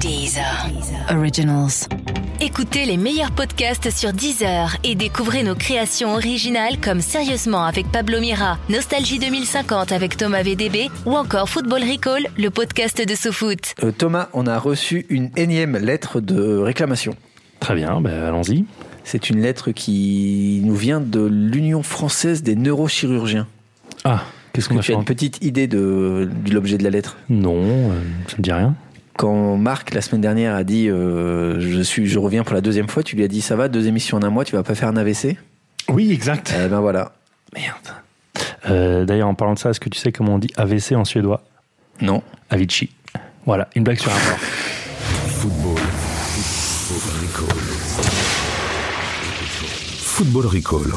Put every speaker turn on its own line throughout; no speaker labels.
Deezer. Originals. Écoutez les meilleurs podcasts sur Deezer et découvrez nos créations originales comme Sérieusement avec Pablo Mira, Nostalgie 2050 avec Thomas VDB ou encore Football Recall, le podcast de SoFoot.
Euh, Thomas, on a reçu une énième lettre de réclamation.
Très bien, ben, allons-y.
C'est une lettre qui nous vient de l'Union française des neurochirurgiens.
Ah, qu'est-ce
Est-ce que
qu'on a
tu
fait
as une
en-
petite idée de, de l'objet de la lettre
Non, euh, ça me dit rien.
Quand Marc, la semaine dernière, a dit euh, je, suis, je reviens pour la deuxième fois, tu lui as dit Ça va, deux émissions en un mois, tu vas pas faire un AVC
Oui, exact.
Eh ben voilà.
Merde. Euh, D'ailleurs, en parlant de ça, est-ce que tu sais comment on dit AVC en suédois
Non.
Avicii. Voilà, une blague sur un mort.
Football Recall.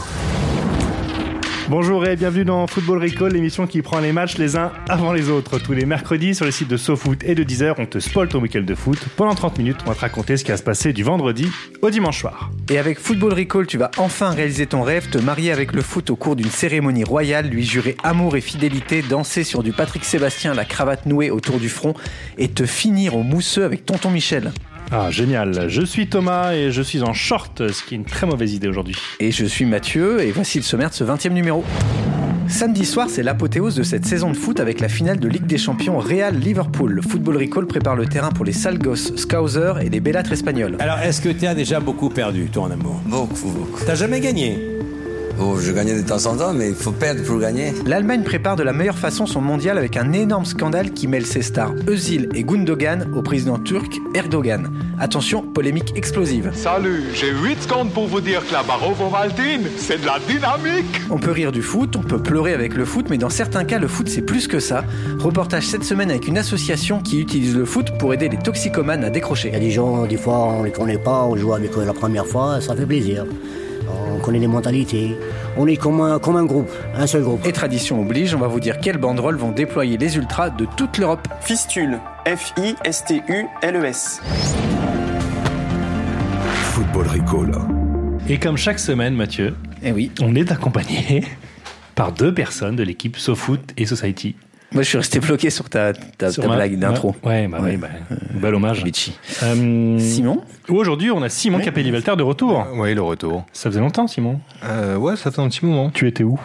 Bonjour et bienvenue dans Football Recall, l'émission qui prend les matchs les uns avant les autres. Tous les mercredis sur le site de SoFoot et de Deezer, on te spoil ton week-end de foot. Pendant 30 minutes, on va te raconter ce qui va se passer du vendredi au dimanche soir.
Et avec Football Recall, tu vas enfin réaliser ton rêve, te marier avec le foot au cours d'une cérémonie royale, lui jurer amour et fidélité, danser sur du Patrick Sébastien, la cravate nouée autour du front, et te finir au mousseux avec Tonton Michel.
Ah, génial. Je suis Thomas et je suis en short, ce qui est une très mauvaise idée aujourd'hui.
Et je suis Mathieu, et voici le sommaire de ce 20e numéro. Samedi soir, c'est l'apothéose de cette saison de foot avec la finale de Ligue des Champions Real-Liverpool. Le Football Recall prépare le terrain pour les Salgos, Scouser et les Bellatres espagnols.
Alors, est-ce que tu as déjà beaucoup perdu, toi, en amour
Beaucoup, beaucoup.
T'as jamais gagné
Oh, je gagnais de temps en temps, mais il faut perdre pour gagner.
L'Allemagne prépare de la meilleure façon son mondial avec un énorme scandale qui mêle ses stars Özil et Gundogan au président turc Erdogan. Attention, polémique explosive.
Salut, j'ai 8 secondes pour vous dire que la Barrovo-Valdine, c'est de la dynamique
On peut rire du foot, on peut pleurer avec le foot, mais dans certains cas, le foot c'est plus que ça. Reportage cette semaine avec une association qui utilise le foot pour aider les toxicomanes à décrocher.
Il y a des gens, des fois, on les connaît pas, on joue avec eux la première fois, ça fait plaisir. On connaît les mentalités. On est comme un, comme un groupe, un seul groupe.
Et tradition oblige, on va vous dire quelles banderoles vont déployer les ultras de toute l'Europe.
Fistule. F-I-S-T-U-L-E-S.
Football Recall.
Et comme chaque semaine, Mathieu,
Eh oui,
on est accompagné par deux personnes de l'équipe SoFoot et Society.
moi je suis resté bloqué sur ta, ta-
Sur
Ah, ta
ma-
blague d'intro.
Ouais, bah,
Ouais.
oui, bah, bel hommage.
Bitchy.
Euh,
Simon
Aujourd'hui, on a Simon Capelli-Valter de retour.
Oui, le retour.
Ça faisait longtemps, Simon.
Euh, ouais, ça fait un petit moment.
Tu étais où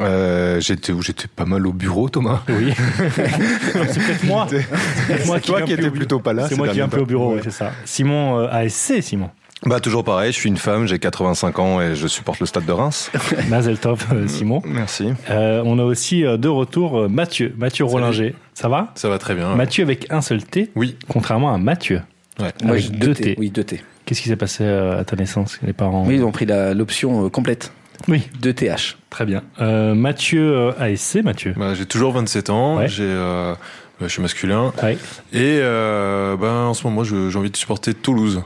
Euh, j'étais où J'étais pas mal au bureau, Thomas.
Oui. c'est peut-être moi. C'est peut-être moi
toi
viens
qui
plus
étais
au bu-
plutôt pas là
C'est
ces
moi qui viens un peu
derniers
au
temps.
bureau,
Ouais.
ouais, c'est ça. Simon euh, ASC, Simon.
Bah toujours pareil, je suis une femme, j'ai 85 ans et je supporte le stade de Reims.
Mazel tov, euh, Simon.
Merci.
Euh, on a aussi euh, de retour euh, Mathieu, Mathieu Rollinger. Ça va
Ça va très bien.
Mathieu avec un seul T,
Oui.
contrairement à Mathieu.
Ouais.
Avec
je-
Ah, deux T.
Oui, deux T.
Qu'est-ce qui s'est passé euh, à ta naissance Les parents
Oui, ils ont pris la- l'option euh, complète
Oui,
de TH.
très bien. Euh, Mathieu euh, ASC, Mathieu.
Bah, j'ai toujours 27 ans,
Ouais.
j'ai, euh, je suis masculin
Ouais.
et euh, ben, en ce moment je- j'ai envie de supporter Toulouse.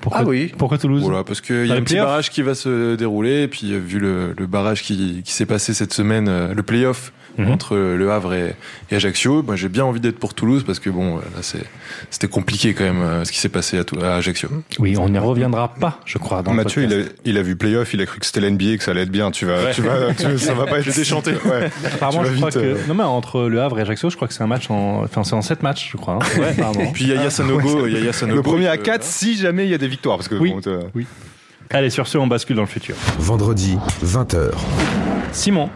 Pourquoi,
Ah oui.
Pourquoi Toulouse
Voilà, parce qu'il y
Dans
a
les
un petit
playoffs
barrage qui va se dérouler, et puis euh, vu le, le barrage qui, qui s'est passé cette semaine, euh, le play-off
Mhm.
entre Le Havre et, et Ajaccio, ben, j'ai bien envie d'être pour Toulouse, parce que bon, là c'est- c'était compliqué quand même euh, ce qui s'est passé à, Tou- à Ajaccio.
Oui, on n'y reviendra pas, je crois. Dans le podcast.
il a vu play-off, il a cru que c'était l'NBA, que ça allait être bien, Hein, tu vas, tu vas, ça va pas être déchanté.
Apparemment,
Tu
je
vas
crois
vite,
que.
euh.
Non, mais entre Le Havre et Ajaccio, je crois que c'est un match en. Enfin, c'est en 7 matchs, je crois. hein. apparemment.
Puis Yaya Sanogo, Yaya Sanogo. euh,
si jamais il y a des victoires. Parce que
Oui. bon, Oui. Allez, sur ce, on bascule dans le futur.
Vendredi, 20h.
Simon,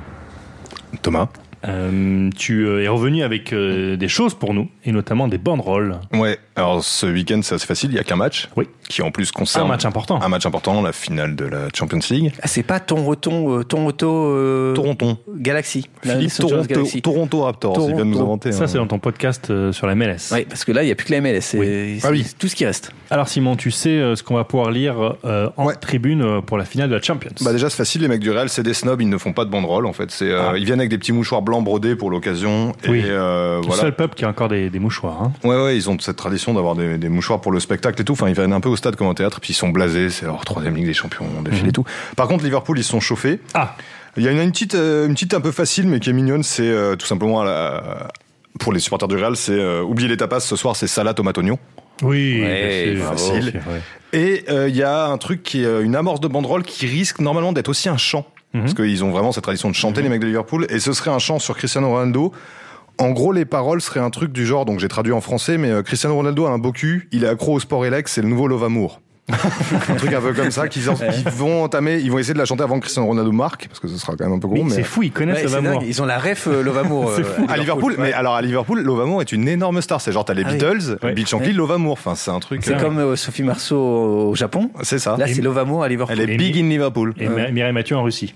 Thomas.
euh, tu euh, es revenu avec euh, des choses pour nous, et notamment des banderoles.
Ouais, alors ce week-end c'est assez facile, il y a qu'un match.
Oui.
Qui en plus
C'est
concerne
un match important.
match important, la finale de la Champions League.
Ah, c'est pas ton roton, euh, ton auto euh,
Toronto.
Galaxy. La
Philippe
Los Angeles
Toronto,
Galaxy.
Toronto Raptors, il vient de nous
Toronto.
inventer. hein.
Ça,
un-
c'est dans ton podcast euh, sur la MLS.
Oui, parce que là, il n'y a plus que la MLS. C'est
Oui.
c'est
Ah oui.
tout ce qui reste.
Alors, Simon, tu sais euh, ce qu'on va pouvoir lire euh, en
Ouais.
tribune euh, pour la finale de la Champions.
Bah déjà c'est facile les mecs du Real c'est des snobs ils ne font pas de banderole en fait c'est euh,
Ah.
ils viennent avec des petits mouchoirs blancs brodés pour l'occasion et
Oui.
euh,
le
voilà
seul peuple qui a encore des, des mouchoirs. hein.
ouais ouais ils ont cette tradition d'avoir des, des mouchoirs pour le spectacle et tout enfin ils viennent un peu au stade comme au théâtre puis ils sont blasés c'est leur troisième ligue des champions on défile et tout par contre Liverpool ils se sont chauffés
Ah,
Il y en a une petite, euh, une petite un peu facile, mais qui est mignonne, c'est euh, tout simplement à la- Pour les supporters du Real, c'est euh, oublier les tapas ce soir, c'est salade tomate oignon.
oui,
Ouais,
bah, c'est-
facile.
c'est- ouais.
Et euh, il y a un truc qui est euh, une amorce de banderole qui risque normalement d'être aussi un chant,
Mhm.
parce qu'ils ont vraiment cette tradition de chanter les mecs de Liverpool, et ce serait un chant sur Cristiano Ronaldo En gros, les paroles seraient un truc du genre, donc j'ai traduit en français, mais euh, Cristiano Ronaldo a un beau cul, il est accro au sport élect, c'est le nouveau Love Amour. un truc un peu comme ça, qu'ils en- qu'ils vont entamer, ils vont essayer de la chanter avant que Cristiano Ronaldo marque, parce que ce sera quand même un peu gros.
Mais
mais-
c'est fou, ils connaissent
Ouais,
Love
c'est
Amour.
dingue, Ils ont la ref euh, Love Amour. euh,
à Liverpool, mais alors à Liverpool, Love Amour est une énorme star. C'est genre t'as les
Ah oui.
Beatles,
Ouais.
Bill Shankly, Love Amour. Enfin, c'est un truc.
C'est
euh,
comme euh, Sophie Marceau au Japon.
C'est ça.
Là, c'est Love Amour à
Elle
Liverpool.
est
Et
big in Liverpool.
Et Mi- Mireille Mathieu en Russie.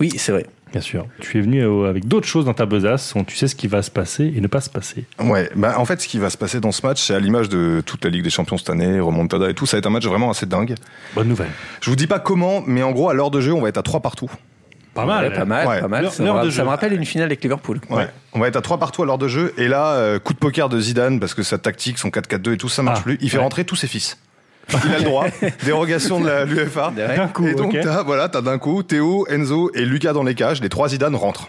Oui, c'est vrai.
Bien sûr. Tu es venu euh, avec d'autres choses dans ta besace, dont tu sais ce qui va se passer et ne pas se passer.
Ouais, bah en fait, ce qui va se passer dans ce match, c'est à l'image de toute la Ligue des Champions cette année, remontada et tout, ça va être un match vraiment assez dingue.
Bonne nouvelle.
Je vous dis pas comment, mais en gros, à l'heure de jeu, on va être à trois partout.
Pas mal.
Ouais, pas mal,
Ouais.
pas mal.
L'heure-
Ça,
l'heure
me,
de
ça
jeu.
me rappelle une finale avec Liverpool.
Ouais. On va être à trois partout à l'heure de jeu. Et là, euh, coup de poker de Zidane, parce que sa tactique, son 4-4-2 et tout, ça marche
Ah,
plus. Il fait
ouais.
rentrer tous ses fils. Il a le droit. Dérogation de l'UFA.
D'un
coup,
Et donc,
ok.
t'as, voilà, t'as d'un coup Théo, Enzo et Lucas dans les cages. Les trois Zidane rentrent.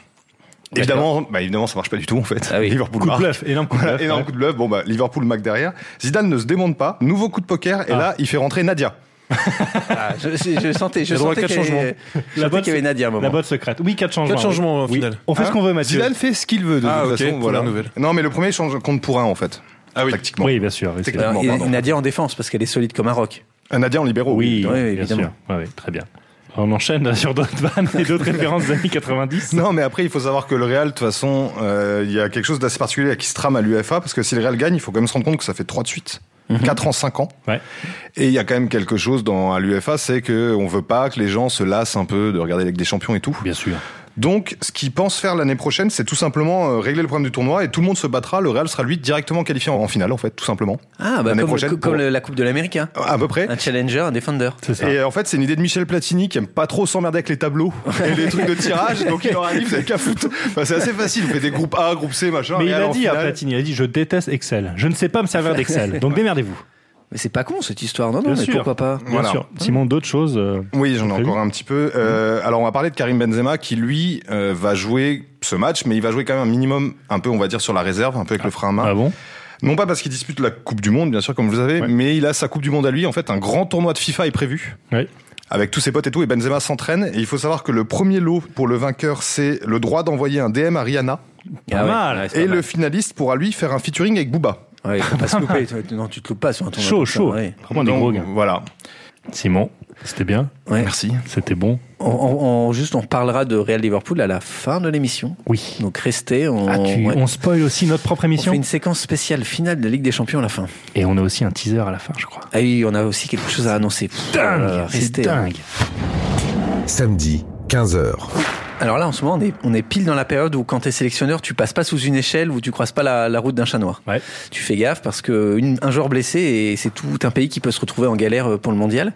Évidemment, bah, évidemment, ça marche pas du tout, en fait.
Ah oui.
Liverpool
Coup de
marque.
bluff, énorme coup de
Voilà,
bluff.
énorme
ouais.
coup de bluff. Bon, bah, Liverpool mac derrière. Zidane ne se démonte pas. Nouveau coup de poker. Et
Ah.
là, il fait rentrer Nadia.
Ah, je, je- je sentais, je
Il y a droit à quatre
sentais qu'il y avait,
changements.
je
La
sentais
botte-
qu'il y avait Nadia à un
La
moment.
botte secrète. Oui, quatre changements.
Quatre changements, au
Oui.
final.
On fait ce qu'on veut, Mathieu.
Hein Zidane fait ce qu'il veut, de
Ah,
toute
ok,
façon.
pour
voilà.
la nouvelle.
Non, mais le premier change compte pour un, en fait.
Ah oui.
Tactiquement.
Oui, bien sûr. oui, c'est-
Techniquement.
Et-
Pardon.
Nadia en défense parce qu'elle est solide comme un roc.
Euh, Nadia en libéraux.
Oui,
Oui, oui,
bien
évidemment.
sûr. Ouais, ouais, très bien. On enchaîne sur d'autres vannes et d'autres références des années 90.
Non, mais après, il faut savoir que le Real, de toute façon, euh, il y a quelque chose d'assez particulier qui se trame à l'UFA, parce que si le Real gagne, il faut quand même se rendre compte que ça fait 3 de suite.
Mhm.
4 ans, 5 ans.
Ouais.
Et il y a quand même quelque chose dans, à l'UFA, c'est que on veut pas que les gens se lassent un peu de regarder avec des champions et tout.
Bien sûr.
Donc, ce qu'ils pensent faire l'année prochaine, c'est tout simplement euh, régler le problème du tournoi et tout le monde se battra. Le Real sera lui directement qualifié en, en finale, en fait, tout simplement.
Ah, bah
L'année
comme,
prochaine,
comme
pour- Euh,
le- la Coupe de l'Amérique. hein.
À peu près.
Un challenger, un defender.
Ah, C'est ça.
Et euh, en fait, c'est une idée de Michel Platini qui aime pas trop s'emmerder avec les tableaux et les trucs de tirage. Donc il leur a dit, vous avez qu'à foutre. Enfin, c'est assez facile. Vous faites des groupes A, groupe C, machin.
Mais
et
il a
alors, en
dit à
finale-
Platini, il a dit je déteste Excel. Je ne sais pas me servir d'Excel. Donc démerdez-vous.
Mais c'est pas con cette histoire, non, non,
Bien
mais
sûr.
pourquoi pas
Bien
Voilà.
sûr. Simon, d'autres choses euh,
Oui, j'en ai
Prévu.
encore un petit peu. Euh,
Mm-hmm.
alors, on va parler de Karim Benzema qui, lui, euh, va jouer ce match, mais il va jouer quand même un minimum, un peu, on va dire, sur la réserve, un peu avec le frein à main.
Ah bon
Non pas parce qu'il dispute la Coupe du Monde, bien sûr, comme vous le savez,
Ouais.
mais il a sa Coupe du Monde à lui. En fait, un grand tournoi de FIFA est prévu.
Ouais.
Avec tous ses potes et tout, et Benzema s'entraîne. Et il faut savoir que le premier lot pour le vainqueur, c'est le droit d'envoyer un DM à Rihanna.
Pas mal.
Ah ouais, c'est
Et
pas
le finaliste pourra lui faire un featuring avec Booba.
mal. Ouais, faut pas se louper. tu- Non, tu te loupes pas sur un tournoi.
Chaud,
comme ça,
chaud.
ouais.
Vraiment des
Donc,
gros gars.
Voilà.
Simon, c'était bien.
Ouais.
Merci.
C'était bon.
On, on- on- juste, on parlera de Real Liverpool à la fin de l'émission.
Oui.
Donc restez. On,
Ah, tu-
ouais.
On spoil aussi notre propre
On
émission.
fait une séquence spéciale finale de la Ligue des Champions à la fin.
Et on a aussi un teaser à la fin, je crois.
Ah oui, on a aussi quelque chose à annoncer. Pff, euh,
Dingue C'est
restez.
dingue
Samedi, 15h.
Alors là, en ce moment, on est, on est pile dans la période où, quand t'es sélectionneur, tu passes pas sous une échelle ou tu croises pas la, la route d'un chat noir.
Ouais.
Tu fais gaffe parce que une- un joueur blessé et c'est tout un pays qui peut se retrouver en galère euh, pour le mondial.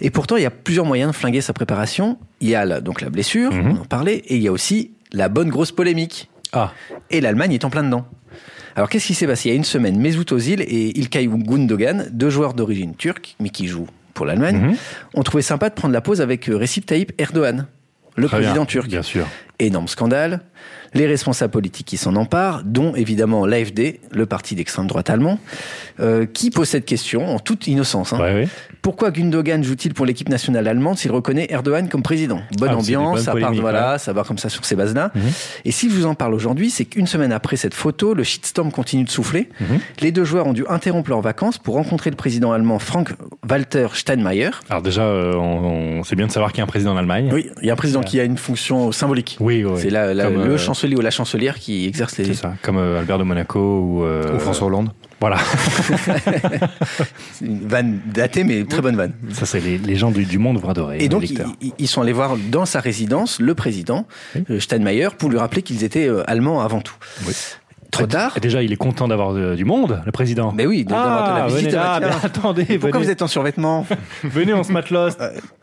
Et pourtant, il y a plusieurs moyens de flinguer sa préparation. Il y a la- donc la blessure,
Mhm.
on en parlait, et il y a aussi la bonne grosse polémique.
Ah,
Et l'Allemagne est en plein dedans. Alors qu'est-ce qui s'est passé Il y a une semaine, Mesut Özil et İlkay Gundogan, deux joueurs d'origine turque, mais qui jouent pour l'Allemagne,
Mhm.
ont trouvé sympa de prendre la pause avec euh, Recep Tayyip Erdogan, le
très
président
bien.
turc.
Bien sûr.
Énorme scandale. Les responsables politiques qui s'en emparent, dont évidemment l'AFD, le parti d'extrême droite allemand, euh, qui pose cette question en toute innocence. hein.
Ouais, ouais.
Pourquoi Gundogan joue-t-il pour l'équipe nationale allemande s'il reconnaît Erdogan comme président
Ah,
Bonne
c'est des
ambiance,
bonnes
ça part,
polémiques, Mhm.
voilà, ça part comme ça sur ces bases-là. Et si je vous en parle aujourd'hui, c'est qu'une semaine après cette photo, le shitstorm continue de souffler.
Mhm.
Les deux joueurs ont dû interrompre leurs vacances pour rencontrer le président allemand Frank-Walter Steinmeier.
Alors déjà, euh, on, on- c'est bien de savoir qu'il y a un président en Allemagne.
Oui, il y a un président qui a une fonction symbolique.
Oui, oui.
C'est la- la-
Comme,
le
euh,
chancelier ou la chancelière qui exerce les.
C'est ça, comme euh, Albert de Monaco ou... euh,
Ou François Hollande.
Voilà,
C'est Une vanne datée, mais très bonne vanne.
ça c'est les, les gens du, du monde vont adorer.
Et
les
donc, ils,
lecteurs.
ils- ils sont allés voir dans sa résidence le président euh, Steinmeier pour lui rappeler qu'ils étaient euh, allemands avant tout.
Oui.
Trop
Ah, d-
tard.
Déjà, il est content d'avoir euh, du monde, le président.
Mais oui, de- d'avoir de la
Ah,
visite.
venez là,
Ah, tiens.
mais attendez,
Mais Pourquoi
venez,
vous êtes en survêtement Euh,
venez, on se matelote.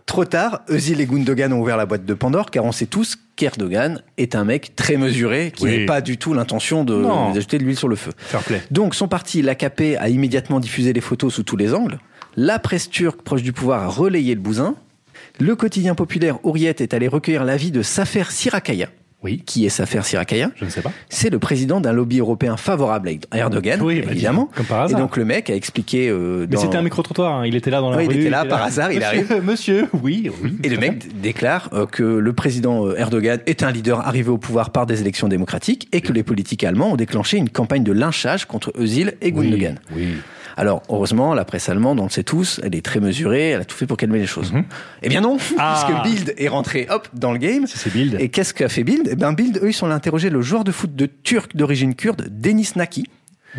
Trop tard, Özil et Gundogan ont ouvert la boîte de Pandore car on sait tous qu'Erdogan est un mec très mesuré qui n'a
Oui.
pas du tout l'intention de
Non.
d'ajouter de l'huile sur le feu.
Fair play.
Donc son parti, l'AKP, a immédiatement diffusé les photos sous tous les angles. La presse turque proche du pouvoir a relayé le bousin. Le quotidien populaire Ouriette est allé recueillir l'avis de Safer Sirakaya,
Oui.
Qui est Safer Sirakaya
Je ne sais pas.
C'est le président d'un lobby européen favorable à Erdogan,
Oui, bah,
évidemment.
dis- comme par hasard.
Et donc le mec a expliqué. euh,
Mais
dans-
c'était un micro-trottoir, hein, il était là dans la
Oui, il
rue.
était là, par hasard, il
Monsieur, Monsieur, oui, oui.
Et le mec d- déclare euh, que le président euh, Erdogan est un leader arrivé au pouvoir par des élections démocratiques et que les politiques allemands ont déclenché une campagne de lynchage contre Özil et Gundogan.
Oui.
Alors, heureusement, la presse allemande, on le sait tous, elle est très mesurée, elle a tout fait pour calmer les choses. Eh bien non,
Mhm. Ah.
puisque Bild est rentré, hop, dans le game.
C'est Bild.
Et qu'est-ce qu'a fait Bild Eh bien, Bild, eux, ils sont allés interroger le joueur de foot de Turc d'origine kurde, Denis Naki.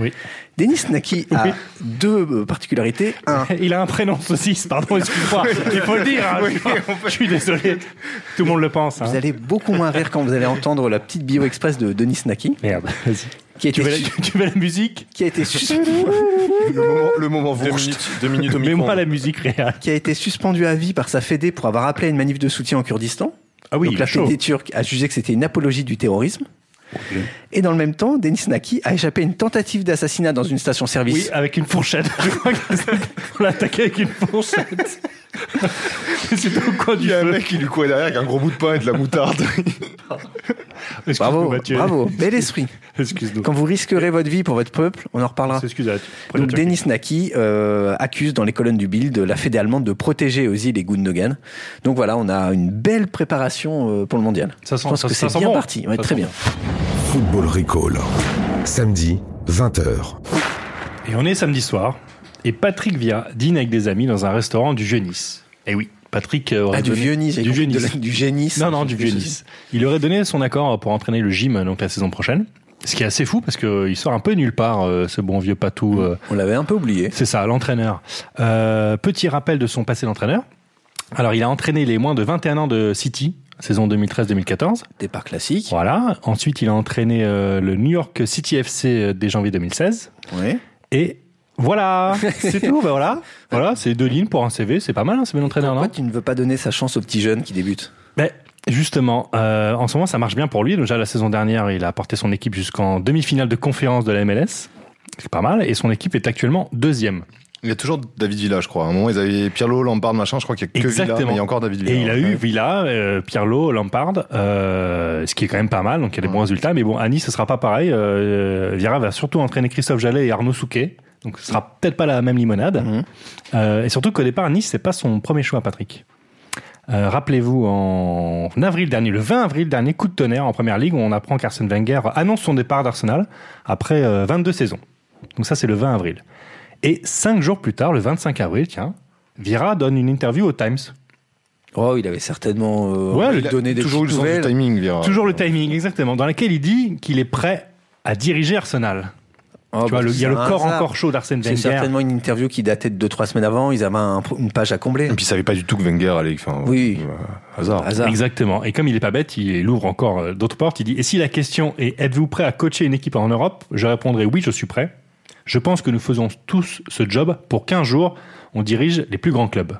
Oui.
Denis Naki a deux euh, particularités. Un,
Il a un prénom saucisse, pardon, excuse-moi. Il faut le dire. hein, je, crois. Je suis désolé. Tout le monde le pense. hein.
vous allez beaucoup moins rire quand vous allez entendre la petite bio express de Denis Naki,
Merde, vas-y.
qui a
Tu
été,
veux, la, tu veux la musique
qui a été suspendu.
Le moment, le moment
Deux
Wurst.
minutes, deux minutes au micro.
Mets-moi la musique réelle.
qui a été suspendu à vie par sa fédé pour avoir appelé à une manif de soutien en Kurdistan.
Ah oui,
Donc la
chaud.
fédé turque a jugé que c'était une apologie du terrorisme. Et dans le même temps, Denis Naki a échappé à une tentative d'assassinat dans une
Oui,
station-service.
avec une fourchette. Je crois qu'on l'a attaqué avec une fourchette. C'était au coin
Il
du
y a un
feu.
mec qui lui courait derrière avec un gros bout de pain et de la moutarde.
Excuse-nous,
bravo,
Mathieu.
bravo, bel esprit.
Excuse-nous.
Quand vous risquerez votre vie pour votre peuple, on en reparlera.
Excuse-nous.
Donc Denis Naki euh, accuse dans les colonnes du Bild la fédé allemande de protéger Özil et Gundogan. Donc voilà, on a une belle préparation euh, pour le mondial.
Ça sent-
Je pense
ça-
que
ça
c'est
sent
bien
bon.
parti. Ouais,
Ça
très
sent
bien.
Football Recall. Samedi, 20h.
Et on est samedi soir.
Et Patrick Via dîne avec des amis dans un restaurant du vieux Nice. Eh oui, Patrick euh, aurait
Ah, du
donné-
vieux Nice, j'ai
Du
compris,
vieux
de
Nice.
la- du génie.
Non, non, du vieux Nice. Il aurait donné son accord pour entraîner le gym donc la saison prochaine. Ce qui est assez fou parce qu'il sort un peu nulle part, euh, ce bon vieux Patou. euh,
On l'avait un peu oublié.
c'est ça, l'entraîneur. Euh, petit rappel de son passé d'entraîneur. Alors, il a entraîné les moins de 21 ans de City, saison 2013-2014.
Départ classique.
Voilà. Ensuite, il a entraîné euh, le New York City FC euh, dès janvier 2016.
Ouais.
Et voilà, c'est tout. bah voilà, voilà, c'est deux lignes pour un CV, c'est pas mal, hein, c'est bien entraîneur, non
Pourquoi tu ne veux pas donner sa chance aux petits jeunes qui débutent
Ben, justement, euh, en ce moment, ça marche bien pour lui. Déjà, la saison dernière, il a porté son équipe jusqu'en demi-finale de conférence de la MLS. C'est pas mal. Et son équipe est actuellement deuxième.
Il y a toujours David Villa, je crois. À un moment, ils avaient Pirlo, Lampard, machin. Je crois qu'il y a que Villa,
Exactement.
mais il y a encore David Villa.
Et il a eu
Ouais.
Villa, euh, Pirlo, Lampard, euh, ce qui est quand même pas mal. Donc, il y a des bons résultats. Mais bon, à Nice, ce sera pas pareil. Euh, Vieira va surtout entraîner Christophe Jallet et Arnaud Souquet. Donc, ce sera peut-être pas la même limonade.
Mhm.
Euh, et surtout qu'au départ, Nice, c'est pas son premier choix, Patrick. Euh, Rappelez-vous, en avril dernier, le 20 avril dernier, coup de tonnerre en première ligue, on apprend qu'Arsène Wenger annonce son départ d'Arsenal après euh, 22 saisons. Donc ça, c'est le 20 avril. Et cinq jours plus tard, le 25 avril, tiens, Vira donne une interview au Times.
Oh, il avait certainement euh,
Ouais,
envie de
Il a
donné des
toujours eu le
petites
sens du
nouvelles.
timing, Villa.
Toujours le timing, exactement, dans laquelle il dit qu'il est prêt à diriger Arsenal.
Oh,
tu vois,
bah,
le- il y a le
c'est un
corps
hasard.
encore chaud d'Arsène
C'est
Wenger.
certainement une interview qui datait de 2-3 semaines avant. Ils avaient un pro- une page à combler.
Et puis, il savait pas du tout que Wenger allait. Enfin,
Oui.
euh, hasard.
Hasard.
Exactement. Et comme il est pas bête, il il ouvre encore euh, d'autres portes. Il dit Et si la question est êtes-vous prêt à coacher une équipe en Europe Je répondrai oui, je suis prêt. Je pense que nous faisons tous ce job pour qu'un jour on dirige les plus grands clubs.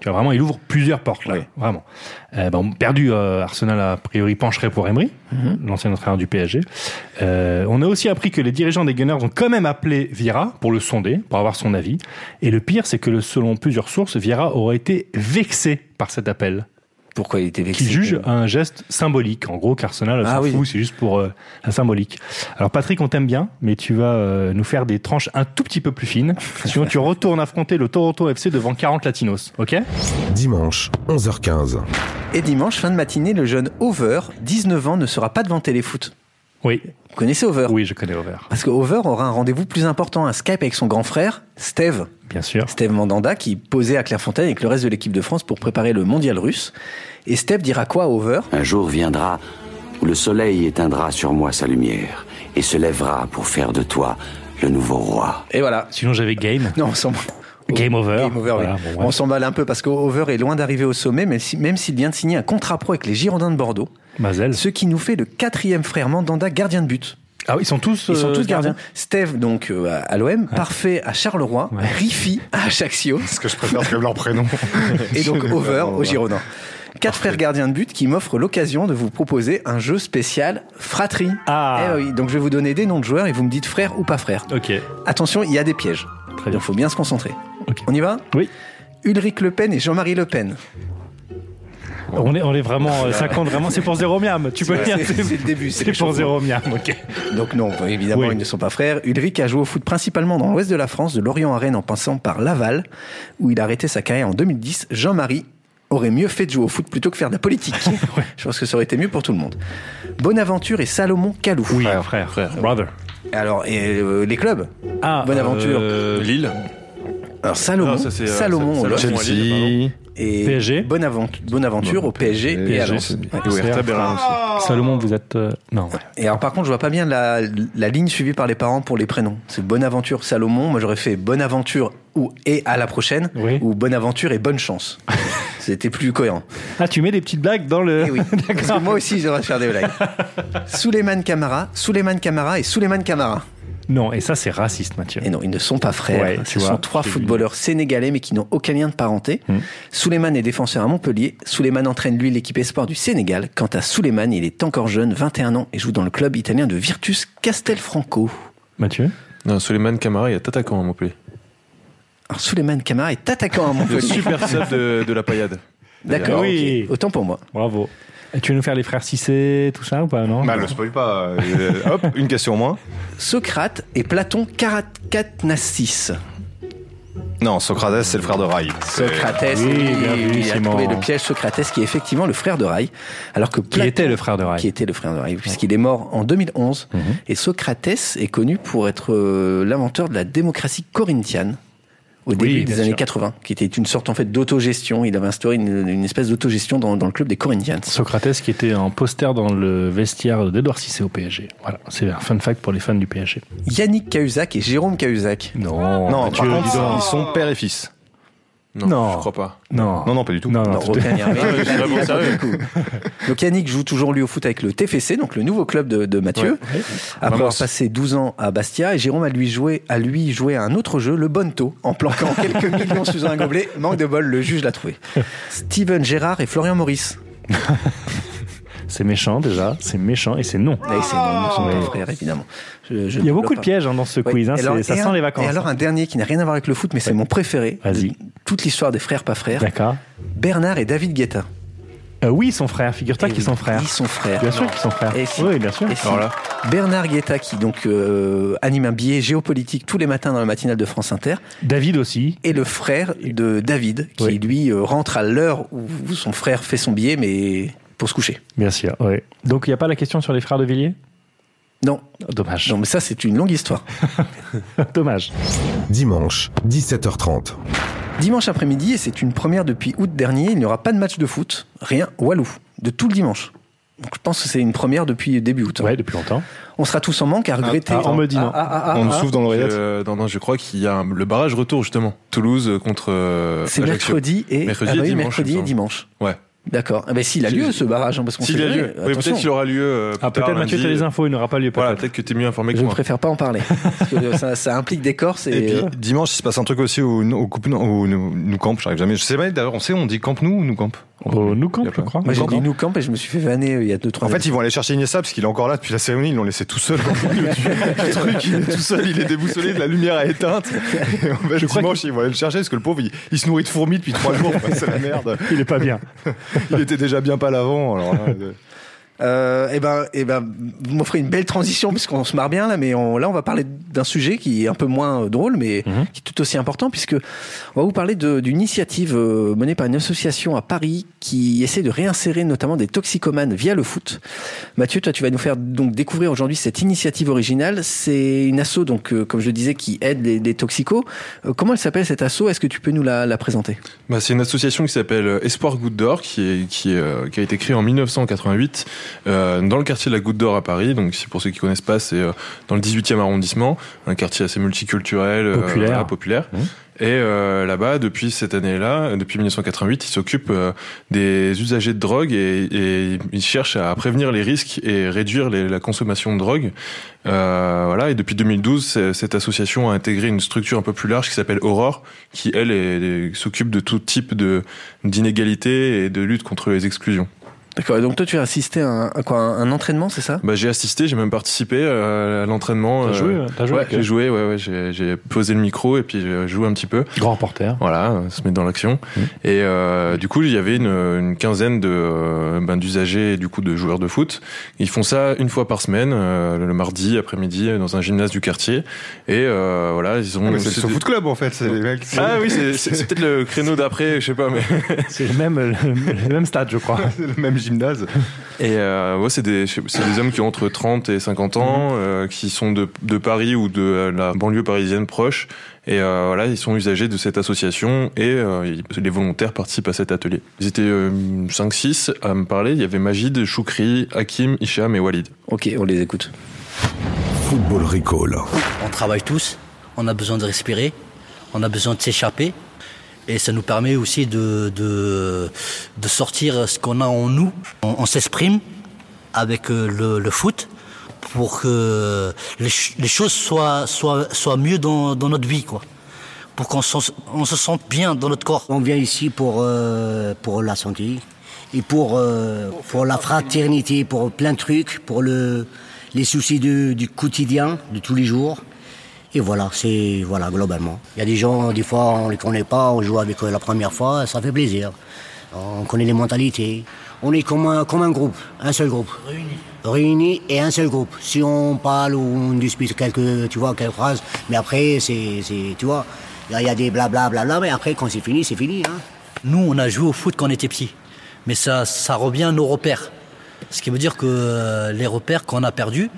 Tu vois, vraiment, il ouvre plusieurs portes là.
Oui.
Vraiment. Euh, bon, perdu, euh, Arsenal a priori pencherait pour Emery, l'ancien entraîneur du PSG. Euh, on a aussi appris que les dirigeants des Gunners ont quand même appelé Vieira pour le sonder, pour avoir son avis. Et le pire, c'est que le- selon plusieurs sources, Vieira aurait été vexé par cet appel
Pourquoi il était vexé
qui juge un geste symbolique. En gros, qu'Arsenal
Ah
s'en
oui.
fout, c'est juste pour euh, la symbolique. Alors Patrick, on t'aime bien, mais tu vas euh, nous faire des tranches un tout petit peu plus fines. Sinon, tu retournes affronter le Toronto FC devant 40 Latinos, ok
Dimanche, 11h15.
Et dimanche, fin de matinée, le jeune Over, 19 ans, ne sera pas devant Téléfoot.
Oui,
Vous connaissez Over
oui, je connais Over.
Parce que Over aura un rendez-vous plus important, un Skype avec son grand frère, Steve.
Bien sûr.
Steve Mandanda qui posait à Clairefontaine avec le reste de l'équipe de France pour préparer le mondial russe. Et Steve dira quoi à Over
Un jour viendra où le soleil éteindra sur moi sa lumière et se lèvera pour faire de toi le nouveau roi.
Et voilà.
Sinon, j'avais Game.
Non, on s'en
Game over.
Game over, oui.
Voilà, bon, ouais.
On s'emballe un peu parce que Over est loin d'arriver au sommet, mais si- même s'il vient de signer un contrat pro avec les Girondins de Bordeaux,
Mazel.
ce qui nous fait le quatrième frère Mandanda gardien de but.
Ah oui, ils sont tous.
Ils sont
euh,
tous gardiens. Steve, donc, euh, à- à l'OM, Parfait à Charleroi,
Ouais.
Rifi à Ajaccio,
Ce que je préfère, c'est comme leur prénom.
et donc Over
Vraiment,
au Girondins. Quatre frères gardiens de but qui m'offrent l'occasion de vous proposer un jeu spécial fratrie.
Ah.
Eh oui, donc je vais vous donner des noms de joueurs et vous me dites frère ou pas frère.
Ok,
Attention, il y a des pièges.
Très bien.
Donc faut bien se concentrer.
ok.
On y va
Oui.
Ulrich Le Pen et Jean-Marie Le Pen.
On est, on est vraiment, euh, ça compte vraiment. C'est pour zéro miam. Tu peux
Ah, C'est-
dire.
c'est- c'est le début, c'est
C'est pour
l'échauffement.
zéro miam. Ok.
Donc non, bah, évidemment,
Oui.
ils ne sont pas frères. Ulrich a joué au foot principalement dans l'ouest de la France, de Lorient à Rennes en passant par Laval, où il a arrêté sa carrière en 2010. Jean-Marie aurait mieux fait de jouer au foot plutôt que faire de la politique. Je pense que ça aurait été mieux pour tout le monde. Bonaventure et Salomon Kalou.
Oui, frère, brother.
Alors, et, euh, les clubs
Ah,
Bonaventure.
euh, Lille.
Alors Salomon,
Ah, ça, c'est, euh,
Salomon
Sa-
au
Salomon à
LOSC.
Lille, pardon.
et
PSG.
Bonaventure, Bonaventure au PSG, et à Lens.
PSG, Ah, c'est-
Ouais.
et Huerta Berlin
Oh.
aussi. Salomon, vous êtes. euh, Non.
Et alors par contre, je vois pas bien la, la ligne suivie par les parents pour les prénoms. C'est Bonaventure Salomon. Moi, j'aurais fait Bonaventure ou et à la prochaine ou Bonaventure et bonne chance. C'était plus cohérent.
Ah, tu mets des petites blagues dans le.
Eh oui. Parce que moi aussi, j'aurais faire des blagues. Souleymane Camara, Souleymane Camara et Souleymane Camara.
Non, et ça, c'est raciste, Mathieu.
Et non, ils ne sont pas frères.
Ouais,
Ce
tu vois, Hmm.
sont trois
j'ai vu.
footballeurs sénégalais mais qui n'ont aucun lien de parenté. Souleymane est défenseur à Montpellier. Souleymane entraîne lui l'équipe espoir du Sénégal. Quant à Souleymane, il est encore jeune, 21 ans, et joue dans le club italien de Virtus Castelfranco.
Mathieu
Non, Suleiman Camara, il y a Tatacan à Montpellier.
Alors Souleymane Camara est attaquant à
Le
Montpellier.
super sub de, de la paillade.
D'accord.
Oui.
ok. Autant pour moi.
Bravo. Et tu veux nous faire les frères Cissé, tout ça ou pas Non.
Bah, le spoil pas. euh, hop, une question au moins.
Socrate et Platon Caracatnassis.
Non, Socrates, c'est le frère de Rai. C'est-
Socrates,
Oui,
oui,
bien vu,
il a
Simon.
trouvé le piège Socrates qui est effectivement le frère de Rail, alors que
Qui
Platon-
était le frère de Mhm. Rail
qui était le frère de Rail, puisqu'il est mort en 2011. Et Socrates est connu pour être euh, l'inventeur de la démocratie corinthienne au début
bien
des années
sûr.
80, qui était une sorte en fait d'autogestion. Il avait instauré une, une espèce d'autogestion dans, dans le club des Corinthians.
Socrates qui était en poster dans le vestiaire d'Edouard Cissé au PSG. Voilà, c'est un fun fact pour les fans du PSG.
Yannick Cahuzac et Jérôme Cahuzac.
Non,
Non,
Mathieu,
par contre,
dis donc.
ils sont père et fils.
Non,
Non.
je crois pas.
non,
Non, non, pas du tout.
non, non,
Non,
tout-
aucun lien. Mais
Ah ouais, je suis vraiment
Yannick,
sérieux.
pour le coup. Donc Yannick joue toujours lui au foot avec le TFC, donc le nouveau club de, de Mathieu. Après
Vamos.
avoir passé 12 ans à Bastia, et Jérôme a lui joué à lui joué à un autre jeu, le Bonto, en planquant quelques millions sous un gobelet. Manque de bol, le juge l'a trouvé. Steven Gérard et Florian Maurice.
c'est méchant déjà, c'est méchant et c'est non.
Là, Ah, c'est non, ils sont pas frères, évidemment. Je- je
Il y
ne
a beaucoup
développe
de
pas.
pièges hein, dans ce
Ouais.
quiz, hein,
Et alors-
c'est- ça
et
sent
un-
les vacances.
Et alors un dernier qui n'a rien à voir avec le foot, mais c'est mon préféré.
Vas-y.
Toute l'histoire des frères pas frères.
D'accord.
Bernard et David Guetta.
Euh, oui, ils sont frères, figure-toi
Eh
qu'ils
oui,
sont frères.
Ils sont frères.
Bien sûr qu'ils sont frères.
Et si.
Oui, bien sûr.
Et si. Bernard Guetta qui donc euh, anime un billet géopolitique tous les matins dans la matinale de France Inter
David aussi.
et le frère de David qui
Oui.
lui euh, rentre à l'heure où son frère fait son billet mais pour se coucher.
Bien sûr, oui. hein. Donc il n'y a pas la question sur les frères de Villiers
Non,
Dommage.
non mais ça c'est une longue histoire.
Dommage.
Dimanche, 17h30.
Dimanche après-midi et c'est une première depuis août dernier, il n'y aura pas de match de foot, rien Walou de tout le dimanche. Donc je pense que c'est une première depuis début août. hein.
Ouais, depuis longtemps.
On sera tous en manque à regretter.
ah, en me disant.
Ah, ah, ah,
On nous
ah.
souffle dans l'oreillette.
Je- euh, non, non, je crois qu'il y a un- le barrage retour justement. Toulouse euh, contre. euh,
C'est
Ajaccio.
mercredi et
Mercredi
ah
et
bah oui,
dimanche,
mercredi
il
et
me semble.
dimanche.
Ouais.
D'accord. Eh ben, s'il a lieu ce barrage, hein, parce qu'on
S'il
sait
y a
jamais.
lieu. Oui,
Attention.
peut-être qu'il aura lieu. euh, plus
Ah, peut-être
tard,
Mathieu,
lundi.
t'as les infos, il n'aura pas lieu.
Voilà,
peut-être.
peut-être que t'es mieux informé que
Je ne
moi.
préfère pas en parler. Parce que ça- c'est un implique des Corses et,
Et
euh,
puis, dimanche, il se passe un truc aussi au, au, Coupe- au Nou- Nou Camp, j'arrive jamais. Je sais pas, d'ailleurs, on sait, on dit Camp Nou ou Nou Camp
Au Nou Camp,
Y a
je
pas.
Oh, crois.
moi j'ai
Nou
dit nous camp et je me suis fait vanner euh, il y a deux trois.
En fait, ils vont aller chercher Iniesta parce qu'il est encore là depuis la cérémonie. Ils l'ont laissé tout seul. le truc, il est tout seul, il est déboussolé, la lumière est éteinte. Et en fait, dimanche, ils vont aller le chercher parce que le pauvre, il, il se nourrit de fourmis depuis trois jours. Enfin, c'est la merde.
Camp. Il est pas bien.
Il était déjà bien pas l'avant. Alors, là, de-
Euh, eh ben, eh ben, vous m'offrez une belle transition puisqu'on se marre bien là, mais on, là on va parler d'un sujet qui est un peu moins euh, drôle, mais qui est tout aussi important puisque on va vous parler de- d'une initiative euh, menée par une association à Paris qui essaie de réinsérer notamment des toxicomanes via le foot. Mathieu, toi, tu vas nous faire donc découvrir aujourd'hui cette initiative originale. C'est une asso donc, euh, comme je le disais, qui aide les, les toxicos. Euh, comment elle s'appelle cette asso Est-ce que tu peux nous la, la présenter
Bah, c'est une association qui s'appelle euh, Espoir Goutte d'Or, qui, est, qui, est, euh, qui a été créée en 1988 euh, dans le quartier de la Goutte d'Or à Paris. Donc, si pour ceux qui connaissent pas, c'est euh, dans le 18e arrondissement, un quartier assez multiculturel, euh,
Populaire.
voilà, populaire.
Mhm.
Et euh, là-bas, depuis cette année-là, euh, depuis 1988, ils s'occupent euh, des usagers de drogue et, et ils cherchent à prévenir les risques et réduire les- la consommation de drogue. Euh, voilà. Et depuis 2012, c'est- cette association a intégré une structure un peu plus large qui s'appelle Aurore, qui elle est- est- s'occupe de tout type de d'inégalités et de lutte contre les exclusions.
D'accord, donc toi tu as assisté à un, à quoi, un entraînement, c'est ça
Bah, j'ai assisté, j'ai même participé euh, à l'entraînement.
T'as
euh,
joué, hein, t'as joué
Ouais,
avec
j'ai
eux.
joué, ouais, ouais, j'ai, j'ai posé le micro et puis j'ai joué un petit peu.
Grand reporter.
Voilà, euh, se mettre dans l'action. Et euh, du coup, il y avait une, une quinzaine de euh, ben, d'usagers et du coup de joueurs de foot. Ils font ça une fois par semaine, euh, le, le mardi après-midi, euh, dans un gymnase du quartier. Et euh, voilà, ils ont.
Ah, mais c'est le So Foot Club en fait, c'est les mecs.
Ah oui, c'est, c'est- c'est peut-être le créneau d'après, je sais pas, mais.
C'est le même, le même stade, je crois.
c'est le même gymnase.
Et euh, ouais, c'est des, je sais- c'est des hommes qui ont entre 30 et 50 ans, euh, qui sont de, de Paris ou de euh, la banlieue parisienne proche. Et euh, voilà, ils sont usagers de cette association et euh, ils- les volontaires participent à cet atelier. Ils étaient 5-6 à me parler. Il y avait Magid, Choukri, Hakim, Hicham et Walid.
Ok, on les écoute.
Football Recall.
On travaille tous, on a besoin de respirer, on a besoin de s'échapper. Et ça nous permet aussi de, de, de sortir ce qu'on a en nous. On, on s'exprime avec euh, le, le foot pour que les, ch- les choses soient, soient, soient mieux dans, dans notre vie. Quoi. Pour qu'on s'en- on se sente bien dans notre corps.
On vient ici pour, euh, pour la santé et pour, euh, pour la fraternité, pour plein de trucs, pour le, les soucis de- du quotidien, de tous les jours. Et voilà, c'est voilà globalement. Il y a des gens, des fois, on les connaît pas, on joue avec eux la première fois, ça fait plaisir. On connaît les mentalités. On est comme un, comme un groupe, un seul groupe. Réunis. Réunis et un seul groupe. Si on parle ou on dispute quelques, tu vois, quelques phrases, mais après, c'est, c'est- tu vois, il y, a- il y a des blabla, blabla, mais après, quand c'est fini, c'est fini. Hein.
Nous, on a joué au foot quand on était petit, mais ça, ça revient à nos repères. Ce qui veut dire que euh, les repères qu'on a perdus,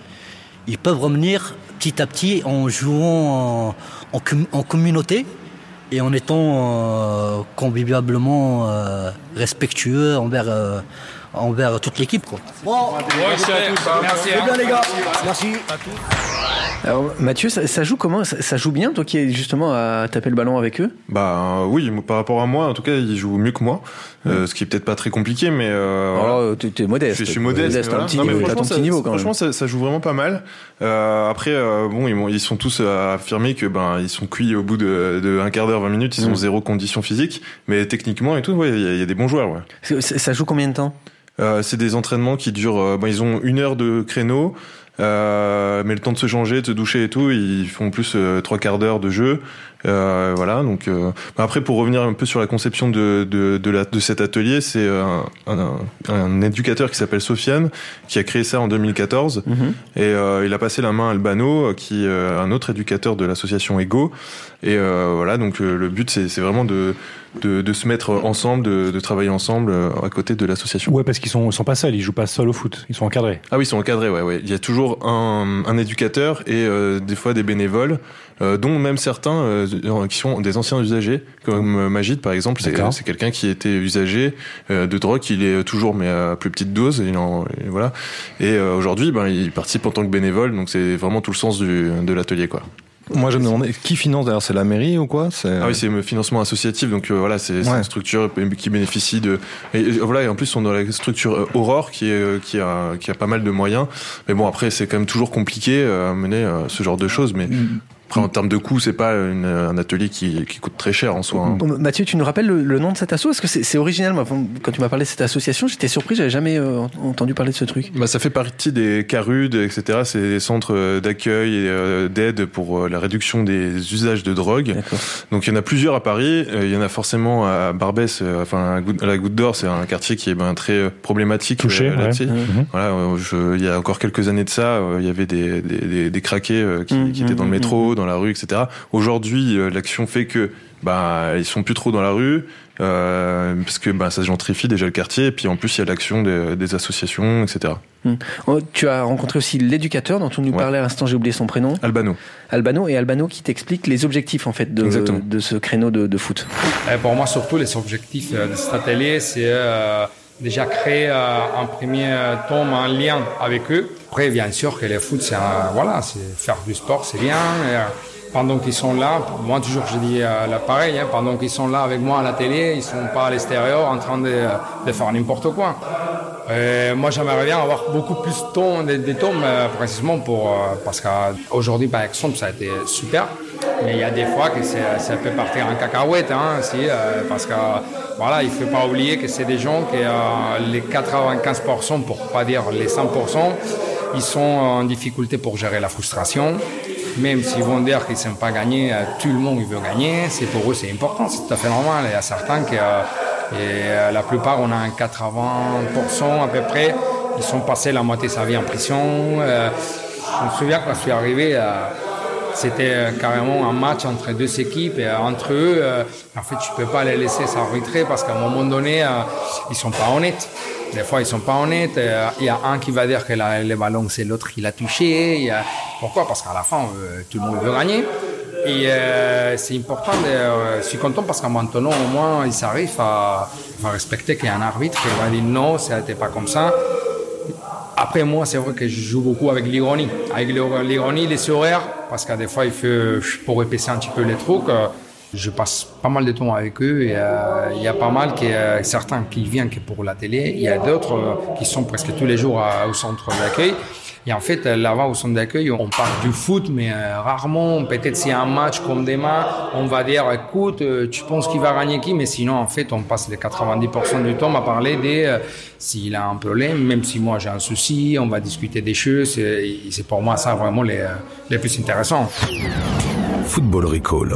ils peuvent revenir petit à petit en jouant en, en com- en communauté et en étant euh, convivialement euh, respectueux envers, euh, envers toute l'équipe. quoi.
Bon,
merci à tous, hein. Merci,
C'est
hein.
bien, les gars. Merci.
Alors Mathieu, ça, ça joue comment ça, ça joue bien, toi qui es justement à taper le ballon avec eux
Bah euh, oui, par rapport à moi, en tout cas, ils jouent mieux que moi, euh, ce qui est peut-être pas très compliqué, mais euh,
Oh, t'es- t'es modeste.
Je suis modeste,
Modeste,
mais
t'as un
voilà.
petit
Non, mais
niveau- t'as ton
franchement,
petit
ça-
niveau, quand même.
franchement, ça, ça joue vraiment pas mal. Euh, après, euh, bon, ils, m'ont- ils sont tous à affirmer que ben ils sont cuits au bout de, de un quart d'heure, 20 minutes, ils ont
Mm.
zéro condition physique, mais techniquement et tout, ouais, il y a- il y, a des bons joueurs. Ouais.
C'est- c'est- Ça joue combien de temps
Euh, c'est des entraînements qui durent. euh, bon, ils ont une heure de créneau, euh, mais le temps de se changer, de se doucher et tout, ils font plus euh, trois quarts d'heure de jeu. Euh, voilà. Donc euh, bah, après, pour revenir un peu sur la conception de de, de, la- de cet atelier, c'est euh, un, un- un éducateur qui s'appelle Sofiane qui a créé ça en 2014 et euh, il a passé la main à Albano, euh, qui euh, un autre éducateur de l'association Ego. Et euh, voilà. Donc euh, le but, c'est c'est vraiment de, de de se mettre ensemble, de, de travailler ensemble euh, à côté de l'association.
Ouais, parce qu'ils sont, ils sont pas seuls, ils jouent pas seuls au foot, ils sont encadrés.
Ah oui, ils sont encadrés, ouais, ouais. Il y a toujours un, un éducateur et euh, des fois des bénévoles, euh, dont même certains euh, qui sont des anciens usagers, comme euh, Magid par exemple. C'est
D'accord.
c'est quelqu'un qui était usager euh, de drogue, il est toujours mais à plus petite dose, il en, et voilà. Et euh, aujourd'hui, ben, il participe en tant que bénévole, donc c'est vraiment tout le sens du, de l'atelier, quoi.
Moi, je me demandais qui finance d'ailleurs, c'est la mairie ou quoi C'est-
Ah oui, c'est le financement associatif, donc euh, voilà, c'est c'est
Euh, Ouais.
une structure qui bénéficie de. Et, et voilà, et en plus, on a la structure euh, Aurore qui, est, euh, qui, a, qui a pas mal de moyens. Mais bon, après, c'est quand même toujours compliqué euh, à mener euh, ce genre de choses. Mais après, en termes de coût, c'est pas une, euh, un atelier qui, qui coûte très cher en soi. hein.
Oh, Mathieu, tu nous rappelles le, le nom de cette asso Parce que c'est c'est original. Moi, quand tu m'as parlé de cette association, j'étais surpris, j'avais jamais euh, entendu parler de ce truc.
Bah, ça fait partie des CARUD, etc. C'est des centres euh, d'accueil et euh, d'aide pour euh, la réduction des usages de drogue. Donc il y en a plusieurs à Paris. Euh, Il y en a forcément à Barbès, euh, enfin à Goutte- à la Goutte d'Or, c'est un quartier qui est ben, très euh, problématique.
Touché, ouais.
là-dessus.
Mhm.
Voilà, euh, je- il y a encore quelques années de ça, euh, il y avait des, des, des, des craqués euh, qui, qui étaient dans le métro, dans la rue, etc. Aujourd'hui, euh, l'action fait que bah, ils sont plus trop dans la rue. euh, parce que bah, ça se gentrifie déjà le quartier, et puis en plus il y a l'action des, des associations, etc.
Hum. Oh, Tu as rencontré aussi l'éducateur dont on nous parlait à l'instant, j'ai oublié son prénom.
Albano.
Albano et Albano qui t'explique les objectifs en fait de,
Exactement.
de ce créneau de, de foot.
Euh, pour moi, surtout, les objectifs euh, de cet atelier, c'est euh, déjà créer euh, un premier euh, tome en lien avec eux. Après, bien sûr que le foot, c'est un- voilà, c'est faire du sport, c'est bien. Et, euh, pendant qu'ils sont là, moi toujours je dis euh, là, pareil, hein, pendant qu'ils sont là avec moi à la télé, ils sont pas à l'extérieur en train de, de faire n'importe quoi. Euh, moi, j'aimerais bien avoir beaucoup plus de temps, des, des tomes, euh, précisément pour, euh, parce qu'aujourd'hui, par exemple, ça a été super. Mais il y a des fois que c'est- ça peut partir en cacahuète, hein, si, euh, parce que voilà, il ne faut pas oublier que c'est des gens qui, euh, les 95%, pour pas dire les 100%, ils sont en difficulté pour gérer la frustration. Même s'ils vont dire qu'ils ne savent pas gagner, euh, tout le monde il veut gagner. C'est pour eux, c'est important, c'est tout à fait normal. Il y a certains qui, euh, et euh, la plupart, on a un 80% à peu près. Ils sont passés la moitié de sa vie en prison. Euh, je me souviens quand je suis arrivé, euh, c'était euh, carrément un match entre deux équipes. Et, euh, entre eux, euh, en fait, tu peux pas les laisser s'arbitrer parce qu'à un moment donné, euh, ils sont pas honnêtes. Des fois, ils sont pas honnêtes. Euh, Il y a un qui va dire que la- le ballon, c'est l'autre qui l'a touché. Il y a- Pourquoi Parce qu'à la fin, euh, tout le monde veut gagner. Et euh, c'est important, de- euh, je suis content parce qu'en maintenant, au moins, ils arrivent à, à respecter qu'il y a un arbitre qui va dire non, ça n'était pas comme ça. Après, moi, c'est vrai que je joue beaucoup avec l'ironie. Avec l'ir- l'ironie, les sourires, parce que des fois, il faut, pour épaisser un petit peu les trucs, euh, je passe pas mal de temps avec eux et euh, il y a pas mal qui, euh, certains qui viennent que pour la télé, il y a d'autres euh, qui sont presque tous les jours à- au centre d'accueil. Et en fait, euh, là-bas, au centre d'accueil, on parle du foot, mais euh, rarement. Peut-être s'il y a un match comme demain, on va dire, écoute, euh, tu penses qu'il va gagner qui Mais sinon, en fait, on passe les 90% du temps à parler des euh, s'il a un problème, même si moi j'ai un souci, on va discuter des choses. Et c'est pour moi ça vraiment les, euh, les plus intéressants.
Football Recall.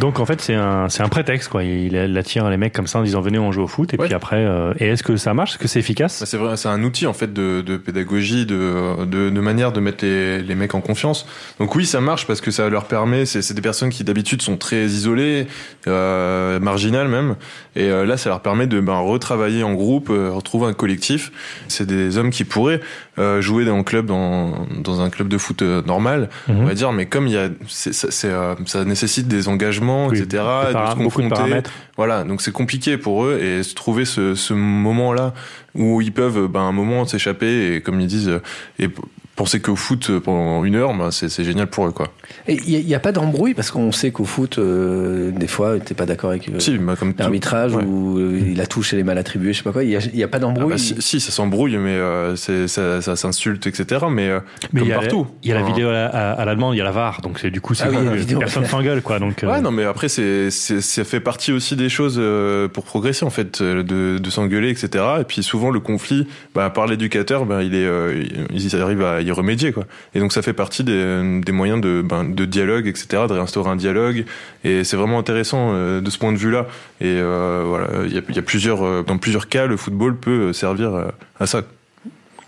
Donc en fait c'est un c'est un prétexte quoi. Il, il attire les mecs comme ça en disant venez on joue au foot et puis après euh, et est-ce que ça marche est-ce que c'est efficace
Bah, C'est vrai, c'est un outil en fait de, de pédagogie, de, de, de manière de mettre les, les mecs en confiance. Donc oui, ça marche parce que ça leur permet. C'est c'est des personnes qui d'habitude sont très isolées, euh, marginales même, et euh, là ça leur permet de ben, retravailler en groupe, euh, retrouver un collectif. C'est des hommes qui pourraient euh, jouer dans un club dans, dans un club de foot euh, normal,
Mhm.
on va dire, mais comme il y a c'est- ça, c'est, euh, ça nécessite des engagements,
Oui,
etc.
des
de
param-
se
beaucoup de
confronter.
paramètres.
Voilà, donc c'est compliqué pour eux et se trouver ce, ce moment-là où ils peuvent, euh, ben, un moment s'échapper et comme ils disent, euh, et p- penser qu'au foot euh, pendant une heure, ben, c'est c'est génial pour eux, quoi.
Et Il n'y a, pas d'embrouille parce qu'on sait qu'au foot, euh, des fois, t'es pas d'accord avec euh,
Si, bah, comme tout-
l'arbitrage ou euh, la touche elle est mal attribuée, je sais pas quoi. Il n'y a, il y a pas
Ah,
d'embrouille.
bah, si, si, ça s'embrouille, mais euh, c'est- ça, ça s'insulte, etc. Mais, euh,
Mais
comme
il y a la-
partout.
il y a la
Enfin,
vidéo à la, à- à la demande, il y a la VAR, donc c'est du coup c'est
Ah oui, il y a la
euh,
vidéo.
personne s'engueule quoi. Donc euh,
Ouais, non, mais après, c'est, c'est, ça fait partie aussi des choses euh, pour progresser, en fait, euh, de, de s'engueuler, etc. Et puis souvent, le conflit, bah, par l'éducateur, bah, il est, euh, il- ils arrivent à y remédier, quoi. Et donc, ça fait partie des, des moyens de, ben, de dialogue, etc., de réinstaurer un dialogue. Et c'est vraiment intéressant euh, de ce point de vue-là. Et euh, voilà, il y a, il y a plusieurs, euh, dans plusieurs cas, le football peut servir euh, à ça.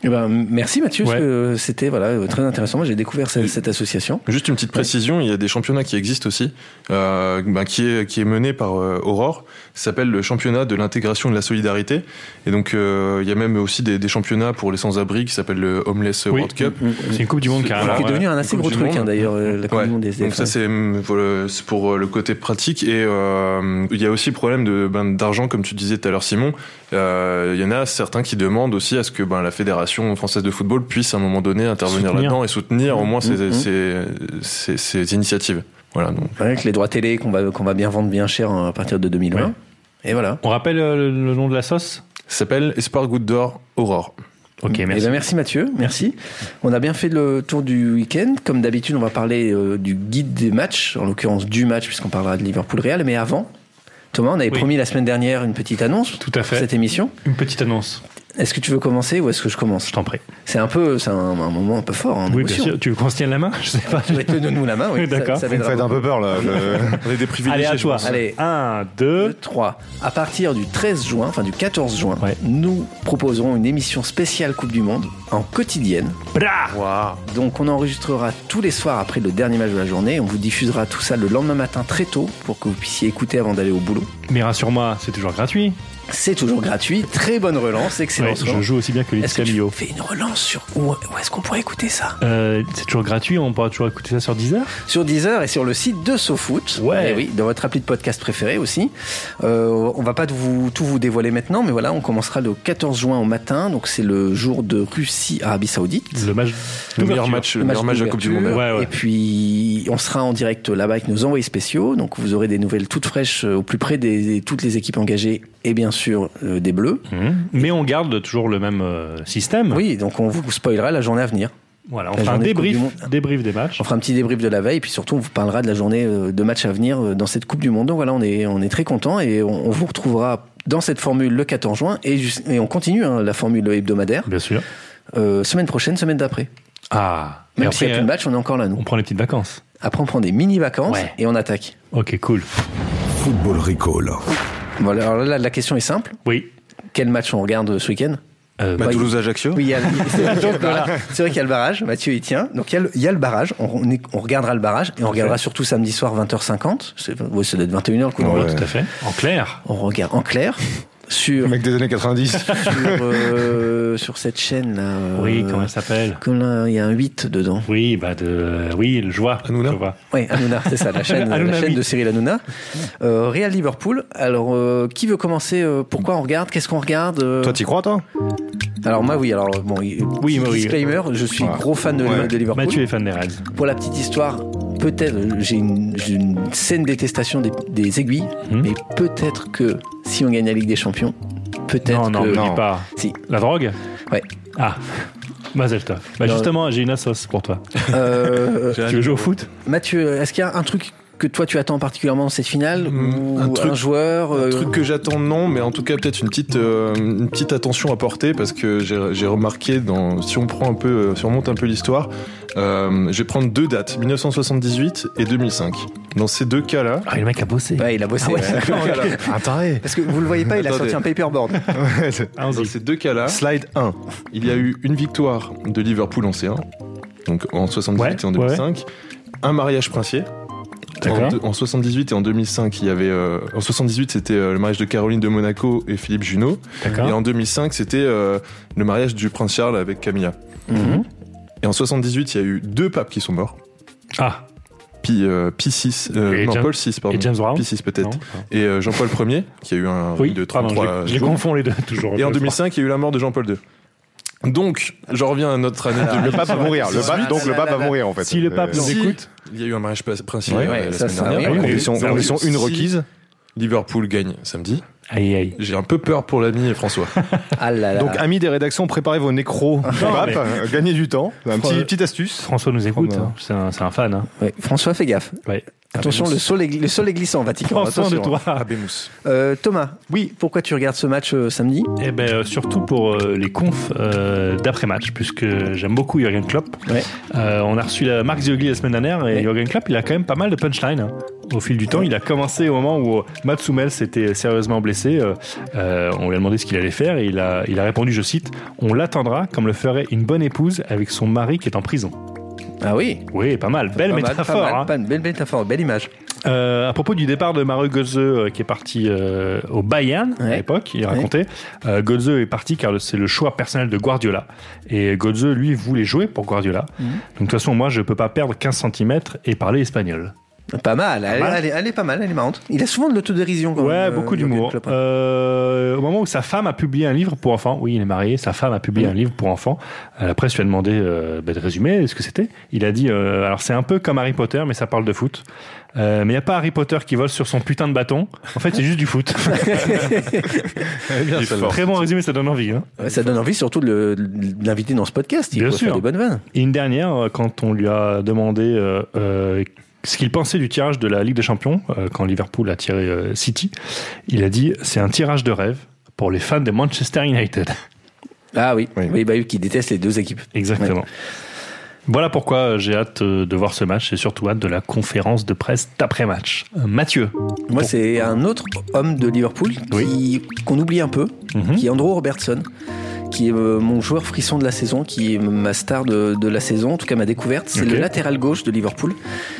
Eh ben, merci Mathieu, parce que c'était voilà, euh, très intéressant. Moi, j'ai découvert ce- cette, association.
Juste une petite précision, il y a des championnats qui existent aussi, euh, bah, qui, est, qui est mené par euh, Aurore, ça s'appelle le championnat de l'intégration et de la solidarité. Et donc euh, il y a même aussi des, des championnats pour les sans-abri qui s'appelle le Homeless World Cup.
C'est une Coupe du Monde
C'est-
carrément.
qui est
ouais.
devenue un assez
C'est gros
Ah, du
truc
monde.
hein, d'ailleurs, euh, la Coupe
Ouais.
du Monde des
Donc ça c'est hum, voilà, c'est pour euh, le côté pratique et euh, il y a aussi problème de ben, d'argent comme tu disais tout à l'heure Simon. Euh, Il y en a certains qui demandent aussi à ce que ben, la fédération française de football puisse à un moment donné intervenir
Soutenir.
là-dedans et soutenir au moins ces,
Mhm.
ces- ces- ces initiatives. Voilà donc.
Avec les droits télé qu'on va, qu'on va bien vendre bien cher hein, à partir de 2020.
Ouais.
Et voilà.
On rappelle euh, le, le nom de la sauce
S'appelle Espoir Goutte d'Or Aurore.
Ok,
Eh
merci.
ben, merci Mathieu, merci. On a bien fait le tour du week-end. Comme d'habitude, on va parler euh, du guide des matchs, en l'occurrence du match, puisqu'on parlera de Liverpool-Real. Mais avant, Thomas, on avait promis la semaine dernière une petite annonce Tout
à fait.
cette émission.
Une petite annonce.
Est-ce que tu veux commencer ou est-ce que je commence Je
t'en prie.
C'est un peu, c'est un, un moment un peu fort. Hein,
Oui, bien sûr. Tu veux qu'on se tienne la main Je sais pas.
Donne-nous la main. Oui.
D'accord.
Ça, ça m'aidera beaucoup.
On est des
Allez, à toi.
Allez.
1, 2,
3. À partir du 13 juin, enfin du 14 juin, nous proposerons une émission spéciale Coupe du Monde en quotidienne. Donc on enregistrera tous les soirs après le dernier match de la journée. On vous diffusera tout ça le lendemain matin très tôt pour que vous puissiez écouter avant d'aller au boulot.
Mais rassure-moi, c'est toujours gratuit.
C'est toujours gratuit. Très bonne relance. Excellent.
Ouais, je joue aussi bien que les
Est-ce que tu
Camillo.
fais une relance sur où, où est-ce qu'on pourrait écouter ça
Euh, c'est toujours gratuit, on pourra toujours écouter ça sur 10 heures.
sur Deezer et sur le site de SoFoot. Ouais. oui, dans votre appli de podcast préféré aussi. Euh, on va pas vous, tout vous dévoiler maintenant, mais voilà, on commencera le 14 juin au matin, donc c'est le jour de Russie-Arabie Saoudite.
Le match,
Le meilleur match, le meilleur match de la Coupe du Monde.
d'ouverture. Et puis, on sera en direct là-bas avec nos envoyés spéciaux, donc vous aurez des nouvelles toutes fraîches euh, au plus près des, des- toutes les équipes engagées et bien sûr euh, des Bleus.
Mais on garde toujours le même euh, système.
Oui, donc on vous spoilera la journée à venir.
Voilà, on
La
fait un
journée de Coupe
débrief,
du Monde.
débrief des matchs.
On fera un petit débrief de la veille, puis surtout on vous parlera de la journée euh, de match à venir euh, dans cette Coupe du Monde. Donc voilà, on est, on est très content et on, on vous retrouvera dans cette formule le 14 juin et, jus- et on continue hein, la formule hebdomadaire. euh,
Bien sûr.
semaine prochaine, semaine d'après.
Ah,
Même
Et
s'il n'y a
après,
plus de match, on est encore là, nous.
On prend les petites vacances.
Après, on prend des mini-vacances
Ouais.
et on attaque.
Ok, cool.
Football Recall.
Voilà, alors là, la question est simple.
Oui.
Quel match on regarde ce week-end
Bah,
il-
Toulouse-Ajaxio
Oui, il y a- c'est vrai qu'il y a le
Donc, voilà.
barrage. C'est vrai qu'il y a le barrage, Mathieu y tient. Donc il y a le, il y a le barrage, on, on est- on regardera le barrage et on regardera surtout samedi soir 20h50. C'est- ouais, ça doit être 21h le coup
Ouais,
d'envoi.
tout à fait. En clair.
On regarde en clair sur.
mec des années 90.
sur, euh, sur cette chaîne là. euh,
Oui, comment elle s'appelle
comme là, il y a un 8 dedans.
Oui, bah de, oui, je vois. Je vois.
Oui, Hanouna, c'est ça, la chaîne,
Hanouna,
la chaîne
oui.
de Cyril Hanouna. Euh, Real Liverpool. Alors, euh, qui veut commencer euh, Pourquoi on regarde Qu'est-ce qu'on regarde euh,
Toi, t'y crois, toi
Alors, moi, oui. Alors, bon, oui,
Oui, oui, oui.
disclaimer, je suis
Voilà.
gros fan de,
Ouais.
de Liverpool.
Mathieu est fan des Reds.
Pour la petite histoire, peut-être, j'ai une, j'ai une saine détestation des, des aiguilles,
Hmm.
mais peut-être que si on gagne la Ligue des Champions, peut-être
Non, non,
que.
n'oublie pas.
Si.
La drogue
Ouais.
Ah, Mazel Tov. Bah
Non.
justement, j'ai une assos pour toi.
Euh,
tu veux jouer au foot
Mathieu, est-ce qu'il y a un truc que toi tu attends particulièrement dans cette finale
Mm,
ou un,
truc-
joueur euh,
Un truc que j'attends, non, mais en tout cas, peut-être une petite, euh, une petite attention à porter parce que j'ai j'ai remarqué, dans, si, on prend un peu, euh, si on monte un peu l'histoire, euh, je vais prendre deux dates, 1978 et 2005. Dans ces deux cas-là.
Ah, le mec a bossé.
Ouais, il a bossé.
Ah ouais,
ouais.
d'accord, voilà.
Ah,
Parce que vous le voyez pas, il a
Attendez.
sorti un paperboard.
Ah,
Dans ces deux cas-là,
Slide 1.
il y a eu une victoire de Liverpool en C1, donc en 78 et en
Ouais, ouais.
2005, un mariage princier. En,
D'accord.
de- en 78 et en 2005, il y avait. euh, en 78, c'était euh, le mariage de Caroline de Monaco et Philippe Junot.
D'accord.
Et en 2005, c'était euh, le mariage du prince Charles avec Camilla.
Mhm.
Et en 78, il y a eu deux papes qui sont morts.
Ah,
Puis, euh, Pie VI, euh,
Et
non,
James-
Paul VI, pardon.
et James Brown
Pie VI,
Non,
peut-être. Et euh, Jean-Paul Ier, qui a eu un règne
oui,
de
pardon,
33
je, les- je les
jours.
confonds les deux toujours.
Et en
Je le
2005, il y a eu la mort de Jean-Paul II. Donc, j'en reviens à notre année
Ah,
de
Le pape va mourir. Le pape, donc le pape va mourir en fait.
Si le pape
Euh,
nous
Si,
écoute,
Il y a eu un mariage pas- princier
Ouais,
euh,
ouais,
la
ça,
semaine
ça,
dernière.
oui, oui,
Condition-
oui.
condition
Donc, si-
une requise. Liverpool gagne samedi.
Aïe, aïe.
J'ai un peu peur pour l'ami François.
Ah là là.
Donc amis des rédactions, préparez vos nécros du
Non,
pape,
mais-
euh, gagnez du temps. Un
Fran-
petit, petite astuce.
François nous écoute.
Oh, bah.
hein. C'est un, c'est un fan. hein.
Ouais, François, fais gaffe.
Ouais.
Attention, le sol, est, le sol est glissant, Vatican.
Prends soin de
attention.
toi.
Bémousse.
Euh, Thomas,
Oui.
pourquoi tu regardes ce match euh, samedi
Eh ben euh, surtout pour euh, les confs euh, d'après-match, puisque j'aime beaucoup Jürgen Klopp.
Ouais.
Euh, on a reçu la Marc Ziogli la semaine dernière et
Ouais.
Jürgen Klopp, il a quand même pas mal de punchline hein. Au fil du temps, il a commencé au moment où euh, Mats Hummels s'était sérieusement blessé. euh, euh, on lui a demandé ce qu'il allait faire et il a, il a répondu, je cite, On l'attendra comme le ferait une bonne épouse avec son mari qui est en prison.
Ah oui.
Oui, pas mal. Belle
Pas mal,
métaphore.
pas mal,
hein.
pas une belle métaphore, belle image.
Euh, à propos du départ de Mario Götze euh, qui est parti euh, au Bayern
Ouais.
à l'époque, il
Ouais.
racontait euh, Götze est parti car le- c'est le choix personnel de Guardiola et Götze lui voulait jouer pour Guardiola.
Mhm.
Donc de toute façon moi je peux pas perdre 15 cm et parler espagnol.
Pas mal, elle,
mal.
elle est, elle est pas mal, elle est marrante. Il a souvent de l'autodérision. quand
Ouais,
même, euh,
beaucoup
Jürgen
d'humour.
Klopp.
Euh, au moment où sa femme a publié un livre pour enfants, oui, il est marié, sa femme a
Mm.
publié un livre pour enfants. Euh, La presse lui a demandé euh, bah, de résumer ce que c'était. Il a dit euh, alors c'est un peu comme Harry Potter, mais ça parle de foot. Euh, mais il n'y a pas Harry Potter qui vole sur son putain de bâton. En fait, c'est juste du foot.
bien,
Il est
celle-là.
Très bon résumé, ça donne envie. hein.
Ouais, ça donne envie surtout de le- de l'inviter dans ce podcast. Il
Bien
peut
sûr.
faire des bonnes vannes.
Et une dernière, euh, quand on lui a demandé euh, euh, ce qu'il pensait du tirage de la Ligue des Champions, euh, quand Liverpool a tiré euh, City, il a dit c'est un tirage de rêve pour les fans de Manchester United.
Ah oui, oui,
Oui.
bah oui, qui déteste les deux équipes.
Exactement. Voilà pourquoi j'ai hâte euh, de voir ce match et surtout hâte de la conférence de presse d'après-match. Euh, Mathieu.
Moi, c'est un autre homme de Liverpool qui- qu'on oublie un peu,
Mhm.
qui est Andrew Robertson, qui est euh, mon joueur frisson de la saison, qui est ma star de, de la saison, en tout cas ma découverte. C'est
Ok.
le latéral gauche de Liverpool.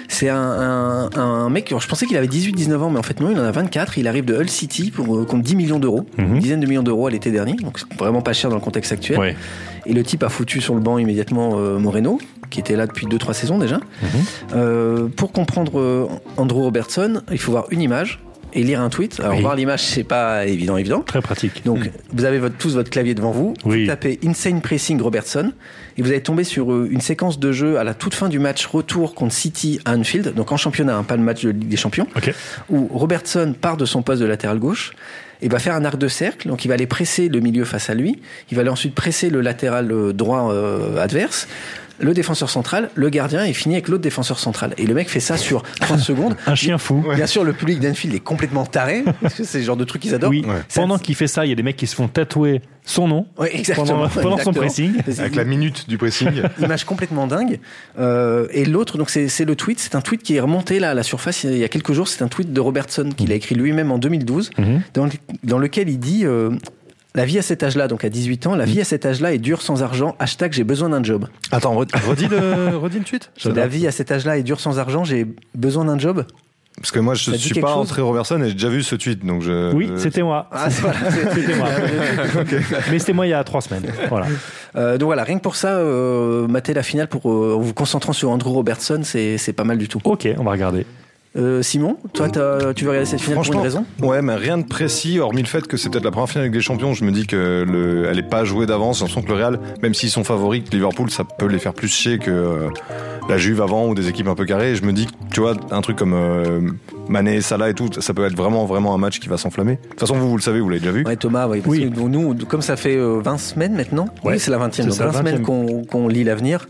C'est un, un- un mec, alors, je pensais qu'il avait 18-19 ans, mais en fait non, il en a 24. Il arrive de Hull City pour euh, compte 10 millions d'euros,
Mhm.
une dizaine de millions d'euros à l'été dernier, donc c'est vraiment pas cher dans le contexte actuel.
Ouais.
Et le type a foutu sur le banc immédiatement euh, Moreno, qui était là depuis 2-3 saisons déjà.
Mhm.
Euh, pour comprendre euh, Andrew Robertson, il faut voir une image et lire un tweet. Alors
Oui.
voir l'image, c'est pas évident, évident.
Très pratique.
Donc vous avez votre- tous votre clavier devant vous,
Oui.
vous tapez Insane Pressing Robertson et vous allez tomber sur euh, une séquence de jeu à la toute fin du match retour contre City à Anfield, donc en championnat, hein, pas le match de Ligue des Champions
Ok.
où Robertson part de son poste de latéral gauche et va faire un arc de cercle. Donc il va aller presser le milieu face à lui. Il va aller ensuite presser le latéral euh, droit euh, adverse. le défenseur central, le gardien et finit avec l'autre défenseur central. Et le mec fait ça sur 30 secondes.
Un chien fou.
Bien sûr, le public d'Anfield est complètement taré, parce que c'est le genre de truc qu'ils adorent.
Oui.
Ça-
Pendant qu'il fait ça, il y a des mecs qui se font tatouer son nom
Ouais, exactement.
pendant, pendant
Exactement.
son pressing.
Parce
Avec
qu'il-
la minute du pressing.
Image complètement dingue. Euh, et l'autre, donc c'est c'est le tweet, c'est un tweet qui est remonté là à la surface il y a quelques jours. C'est un tweet de Robertson qu'il a écrit lui-même en 2012,
Mhm.
dans, le- dans lequel il dit euh, La vie à cet âge-là, donc à 18 ans, la vie à cet âge-là est dure sans argent. Hashtag j'ai besoin d'un job.
Attends, redis le, redis le tweet.
La vie à cet âge-là est dure sans argent. J'ai besoin d'un job.
Parce que moi, je
Ça dit
suis
quelque
pas
chose
entré Robertson et j'ai déjà vu ce tweet. Donc je,
Oui,
je-
c'était moi.
Ah, c'est- voilà, c'est-
C'était moi.
Ok.
Mais c'était moi il y a trois semaines. Voilà.
Euh, donc voilà, rien que pour ça, euh, matez la finale pour, euh, en vous concentrant sur Andrew Robertson, c'est c'est pas mal du
Oh.
tout.
Ok, on va regarder.
Euh, Simon, toi, t'as- tu veux regarder cette finale pour une raison
ouais, mais rien de précis, hormis le fait que c'est peut-être la première finale avec des champions. Je me dis que le, elle est pas jouée d'avance. J'ai l'impression que le Real, même s'ils sont favoris, que Liverpool, ça peut les faire plus chier que euh, la Juve avant ou des équipes un peu carrées. Et je me dis, que, tu vois, un truc comme euh, Mané, Salah et tout, ça peut être vraiment, vraiment un match qui va s'enflammer. De toute façon, vous, vous le savez, vous l'avez déjà vu.
Ouais, Thomas, ouais, parce que nous, comme ça fait euh, 20 semaines maintenant,
Ouais,
oui, c'est la 20e, donc
c'est ça,
20 semaines
20e.
qu'on qu'on lit l'avenir,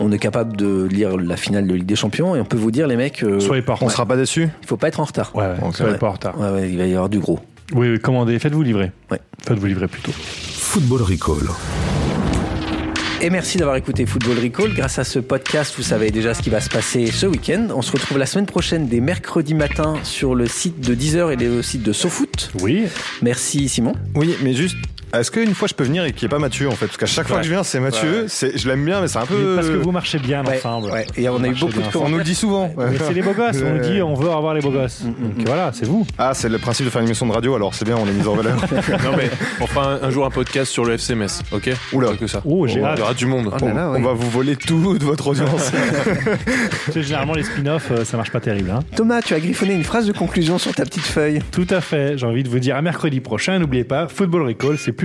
on est capable de lire la finale de Ligue des Champions et on peut vous dire, les mecs, euh,
Soyez pas en
On
retard.
sera pas déçus.
il faut pas être en retard.
Ouais, ouais,
Ok.
soyez pas en retard.
Ouais, ouais, il va y avoir du gros.
Oui, oui, commandez, faites-vous livrer.
Ouais.
Faites-vous livrer plutôt.
Football Recall.
Et merci d'avoir écouté Football Recall. Grâce à ce podcast, vous savez déjà ce qui va se passer ce week-end. On se retrouve la semaine prochaine, dès mercredi matin, sur le site de Deezer et le site de SoFoot.
Oui.
Merci Simon.
Oui, mais juste. Est-ce qu'une fois je peux venir et qu'il n'y ait pas Mathieu en fait Parce qu'à chaque fois que je viens, c'est Mathieu. c'est- Je l'aime bien, mais c'est un peu.
Mais Parce que vous marchez bien
Euh, Ouais,
ensemble.
ouais. Et on a eu
marchez
beaucoup
bien
de
ensemble.
On nous le dit souvent.
Mais c'est les beaux gosses, on nous dit on veut avoir les beaux gosses.
Mm,
Donc voilà, c'est vous.
Ah, c'est le principe de faire une émission de radio, alors c'est bien, on est mis en valeur.
Non, mais on fera un, un jour un podcast sur le FC Metz, ok
Oula.
Pas que ça.
Oh, j'ai
on
hâte.
verra du monde.
Oh là là, ouais.
On va vous voler toute votre audience.
Tu sais, généralement, les spin-offs, euh, ça marche pas terrible. hein.
Thomas, tu as griffonné une phrase de conclusion sur ta petite feuille.
Tout à fait, j'ai envie de vous dire à mercredi prochain. N'oubliez pas, Football Recall, c'est plus